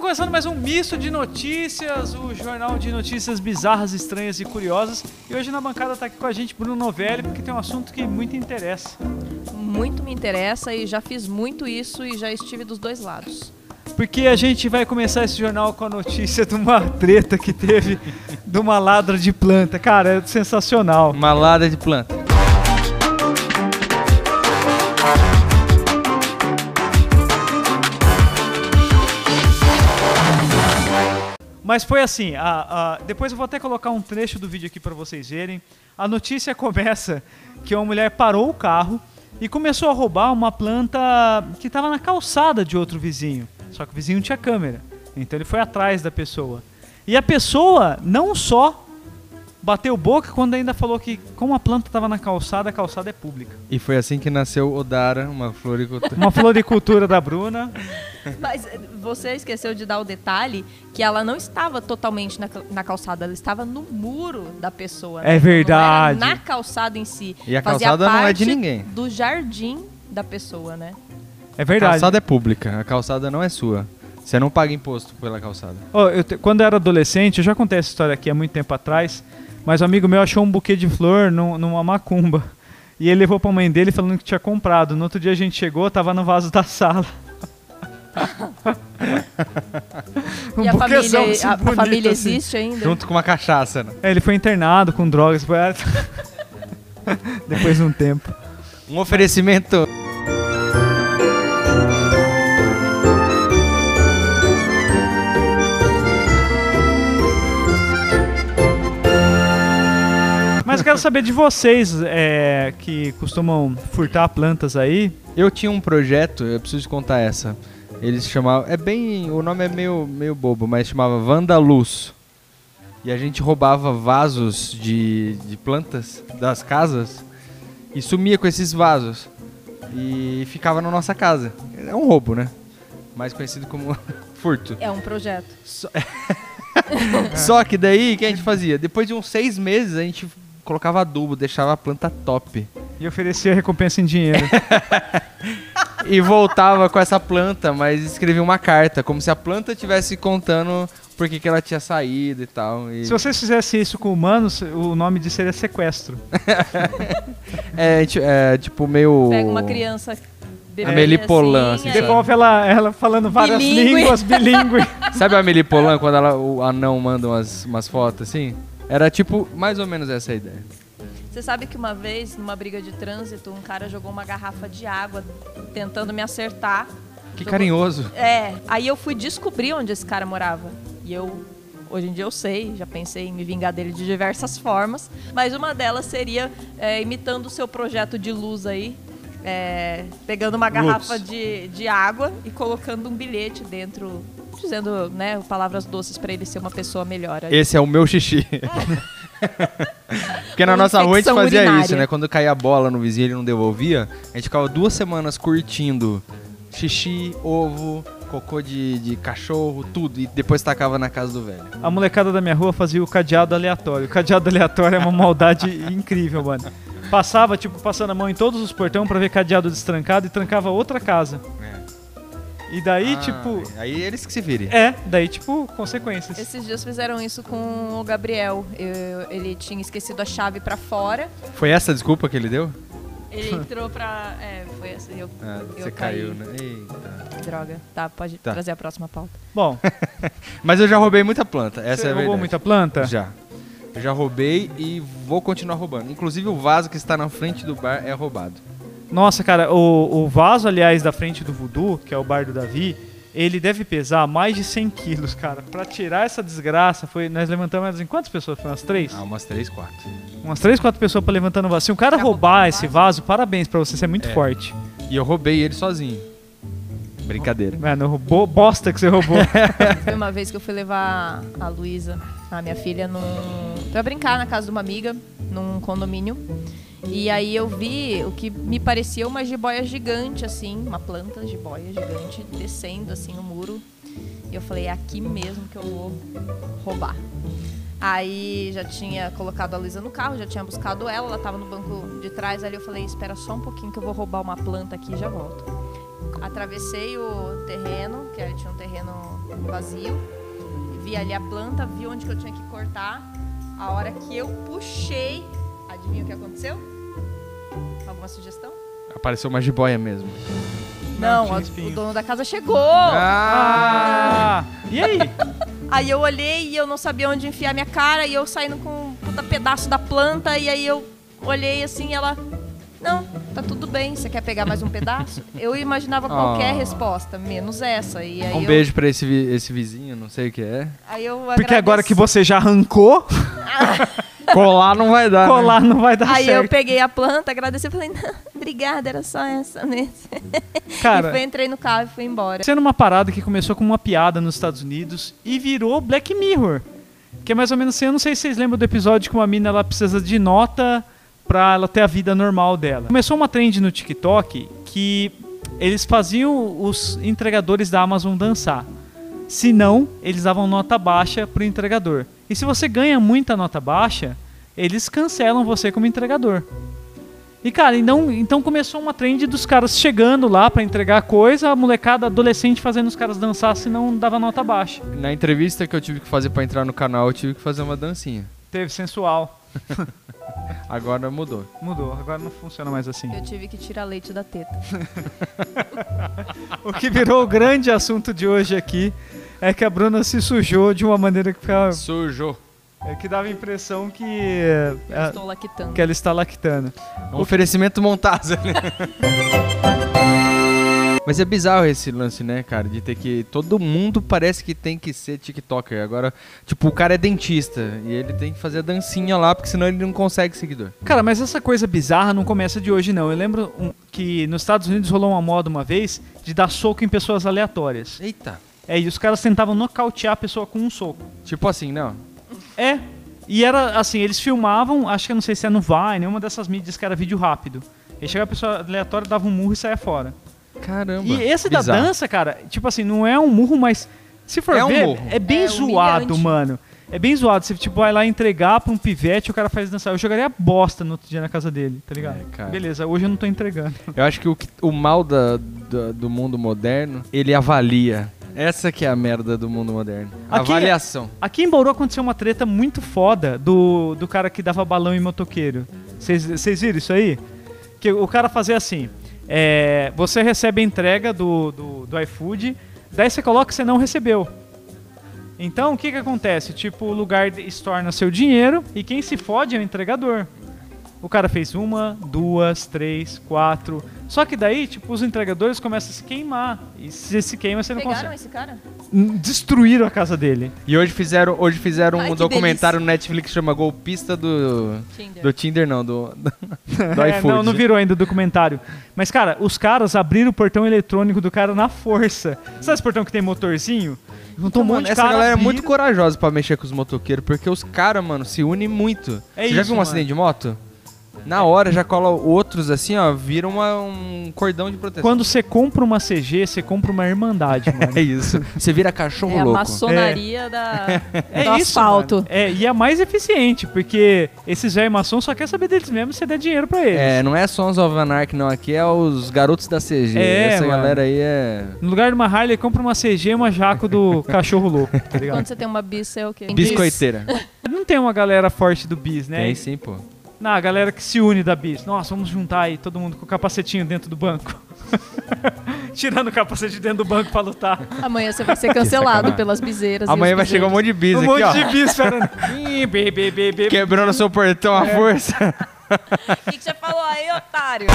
começando mais um misto de notícias, o jornal de notícias bizarras, estranhas e curiosas. E hoje na bancada tá aqui com a gente Bruno Novelli, porque tem um assunto que muito interessa. Muito me interessa e já fiz muito isso e já estive dos dois lados. Porque a gente vai começar esse jornal com a notícia de uma treta que teve de uma ladra de planta. Cara, é sensacional. Malada de planta. Mas foi assim, a- a- depois eu vou até colocar um trecho do vídeo aqui para vocês verem. A notícia começa que uma mulher parou o carro e começou a roubar uma planta que estava na calçada de outro vizinho. Só que o vizinho tinha câmera, então ele foi atrás da pessoa. E a pessoa não só bateu boca quando ainda falou que como a planta estava na calçada, a calçada é pública. E foi assim que nasceu Odara, uma floricultura. Uma floricultura da Bruna. Mas eh, você esqueceu de dar o detalhe que ela não estava totalmente na, cal- na calçada, ela estava no muro da pessoa. É verdade. Não era na calçada em si. E a Fazia calçada não é parte de ninguém. Do jardim da pessoa, né? É A verdade. calçada é pública, a calçada não é sua. Você não paga imposto pela calçada. Ó, eu te- quando eu era adolescente, eu já contei essa história aqui há muito tempo atrás, mas um amigo meu achou um buquê de flor num- numa macumba. E ele levou pra mãe dele falando que tinha comprado. No outro dia a gente chegou, tava no vaso da sala. um e a família, buquezão a, a assim, bonito, família assim. existe ainda? Junto com uma cachaça, né? É, ele foi internado com drogas. foi- Depois de um tempo. Um oferecimento. Mas eu quero saber de vocês é, que costumam furtar plantas aí. Eu tinha um projeto, eu preciso te contar essa. Eles chamavam. É bem. O nome é meio, meio bobo, mas chamava Vandaluz. E a gente roubava vasos de, de plantas das casas e sumia com esses vasos. E ficava na nossa casa. É um roubo, né? Mais conhecido como furto. É um projeto. Só que daí, o que a gente fazia? Depois de uns seis meses, a gente colocava adubo, deixava a planta top. E oferecia recompensa em dinheiro. e voltava com essa planta, mas escrevia uma carta, como se a planta tivesse contando por que, que ela tinha saído e tal. E, Se vocês fizessem isso com humanos, o nome disso seria sequestro. é, ti- é, tipo meio. Pega uma criança bebê Amélie assim, Poulain, assim, aí- sabe? Devolve ela, ela falando várias Bilíngue. línguas, bilíngue. Sabe a Amelie Polan quando ela, o anão manda umas, umas fotos assim? Era tipo mais ou menos essa a ideia. Você sabe que uma vez, numa briga de trânsito, um cara jogou uma garrafa de água tentando me acertar. Que Jogou- carinhoso. É. Aí eu fui descobrir onde esse cara morava. E eu, hoje em dia eu sei, já pensei em me vingar dele de diversas formas. Mas uma delas seria é, imitando o seu projeto de luz aí. é, pegando uma garrafa de, de água e colocando um bilhete dentro, dizendo né, palavras doces pra ele ser uma pessoa melhor. Aí Esse é o meu xixi. Porque na Uma nossa rua a gente infecção fazia urinária. isso, né? Quando caía a bola no vizinho e ele não devolvia, a gente ficava duas semanas curtindo xixi, ovo, cocô de, de cachorro, tudo. E depois tacava na casa do velho. A molecada da minha rua fazia o cadeado aleatório. O cadeado aleatório é uma maldade incrível, mano. Passava, tipo, passando a mão em todos os portões pra ver cadeado destrancado e trancava outra casa. E daí, Ah, tipo. Aí eles que se virem. É, daí, tipo, consequências. Esses dias fizeram isso com o Gabriel. Eu- ele tinha esquecido a chave pra fora. Foi essa a desculpa que ele deu? Ele entrou pra. É, foi assim. Eu, Ah, eu você caí. caiu, né? Eita. Droga. Tá, pode Tá. trazer a próxima pauta. Bom, Mas eu já roubei muita planta. Essa você é a roubou verdade. muita planta? Já. Eu já roubei e vou continuar roubando. Inclusive o vaso que está na frente do bar é roubado. Nossa, cara, o, o vaso, aliás, da frente do voodoo, que é o bar do Davi, ele deve pesar mais de 100 quilos, cara. Pra tirar essa desgraça, foi. Nós levantamos mais em quantas pessoas? Foi umas três? Ah, umas três, quatro. Umas três, quatro pessoas pra levantar no vaso. Se um cara Pra roubar roubar esse Tá o vaso, parabéns pra você, você é muito É. forte. E eu roubei ele sozinho. Brincadeira. Mano, roubou bosta que você roubou. Foi uma vez que eu fui levar a Luísa, a minha filha, num... pra brincar na casa de uma amiga, num condomínio. E aí eu vi o que me parecia uma jiboia gigante, assim, uma planta jiboia gigante, descendo assim o muro. E eu falei, é aqui mesmo que eu vou roubar. Aí já tinha colocado a Luísa no carro, já tinha buscado ela, ela tava no banco de trás ali. Eu falei, espera só um pouquinho que eu vou roubar uma planta aqui e já volto. Atravessei o terreno, que era- tinha um terreno vazio. E vi ali a planta, vi onde que eu tinha que cortar. A hora que eu puxei, adivinha o que aconteceu? Alguma sugestão? Apareceu uma jiboia mesmo. Não, Não, tinha o- espinho. o dono da casa chegou! Oh. Ah! E aí? Aí eu olhei e eu não sabia onde enfiar minha cara e eu saindo com um puta pedaço da planta e aí eu olhei assim e ela não, tá tudo bem, você quer pegar mais um pedaço? Eu imaginava qualquer Ah. resposta, menos essa. E aí um eu, beijo pra esse, vi- esse vizinho, não sei o que é. Aí eu Porque agora que agradeci. você já arrancou, Colar não vai dar. né? colar não vai dar Aí eu certo. peguei a planta, agradeci e falei, não, obrigada, era só essa mesmo. e Cara, fui, entrei no carro e fui embora. sendo uma parada que começou com uma piada nos Estados Unidos e virou Black Mirror. Que é mais ou menos assim, eu não sei se vocês lembram do episódio que uma mina ela precisa de nota pra ela ter a vida normal dela. Começou uma trend no TikTok que eles faziam os entregadores da Amazon dançar. Se não, eles davam nota baixa pro entregador. E se você ganha muita nota baixa, eles cancelam você como entregador. E cara, então, então começou uma trend dos caras chegando lá pra entregar coisa, a molecada adolescente fazendo os caras dançar, senão dava nota baixa. Na entrevista que eu tive que fazer pra entrar no canal, eu tive que fazer uma dancinha. Teve sensual, Agora mudou. mudou, agora não funciona mais assim. Eu tive que tirar leite da teta. O que virou o grande assunto de hoje aqui é que a Bruna se sujou de uma maneira que, Ah. ficava- Sujou. é, que dava a impressão que, é, Eu estou lactando. que ela está lactando. Um oferecimento Montasa. né? Mas é bizarro esse lance, né, cara? De ter que. Todo mundo parece que tem que ser TikToker. Agora, tipo, o cara é dentista e ele tem que fazer a dancinha lá, porque senão ele não consegue seguidor. Cara, mas essa coisa bizarra não começa de hoje, não. Eu lembro um- que nos Estados Unidos rolou uma moda uma vez de dar soco em pessoas aleatórias. Eita. É, e os caras tentavam nocautear a pessoa com um soco. Tipo assim, não. É. E era assim, eles filmavam, acho que eu não sei se é no Vine, uma dessas mídias que era vídeo rápido. E chegava a pessoa aleatória, dava um murro e saia fora. Caramba. E esse da bizarro. dança, cara, tipo assim, não é um murro, mas se for É um ver, murro. é bem É zoado, humilhante. mano. É bem zoado. Você tipo, vai lá entregar pra um pivete e o cara faz dançar. Eu jogaria bosta no outro dia na casa dele, tá ligado? É, cara. Beleza, hoje eu não tô entregando. Eu acho que o, que- o mal da- da- do mundo moderno, ele avalia. Essa que é a merda do mundo moderno. Aqui- Avaliação. Aqui em Bauru aconteceu uma treta muito foda do, do cara que dava balão em motoqueiro. Vocês vocês viram isso aí? Que o cara fazia assim: é, você recebe a entrega do, do, do iFood, daí você coloca que você não recebeu. Então o que, que acontece? Tipo, o lugar de- estorna seu dinheiro e quem se fode é o entregador. O cara fez uma, duas, três, quatro. Só que daí, tipo, os entregadores começam a se queimar. E se se queima, você não Pegaram consegue. esse cara? Destruíram a casa dele. E hoje fizeram, hoje fizeram Ai, um que documentário no Netflix que chama Golpista do. Tinder. Do Tinder, não, do, do É, iFood. não, não virou ainda o documentário. Mas, cara, os caras abriram o portão eletrônico do cara na força. Sabe esse portão que tem motorzinho? Juntou Então, um monte mano, de essa cara. galera é vira- muito corajosa pra mexer com os motoqueiros, porque os caras, mano, se unem muito. É Você já isso, viu um mano. acidente de moto? Na hora já cola outros assim, ó, vira uma- um cordão de proteção. Quando você compra uma CG, você compra uma irmandade, mano. É isso. Você vira cachorro É a louco. maçonaria da, É do isso, asfalto. mano. É, e é mais eficiente, porque esses velho maçom só quer saber deles mesmo se você der dinheiro pra eles. É, não é Sons of Anarchy, não. Aqui é os garotos da CG. É, Essa mano. galera aí é. No lugar de uma Harley, compra uma CG e uma jaco do cachorro louco, tá ligado? Quando você tem uma bis, é o quê? Biscoiteira. Não tem uma galera forte do bis, né? Tem sim, pô. Não, a galera que se une da bis. Nossa, vamos juntar aí todo mundo com o capacetinho dentro do banco. Tirando o capacete dentro do banco pra lutar. Amanhã você vai ser cancelado sacanagem. pelas biseiras. e Amanhã os vai chegar um monte de bis um aqui, monte ó. de bis, cara. Ih, bê, bê, bê, bê. Quebrando seu portão à força. O que, que você falou aí, otário?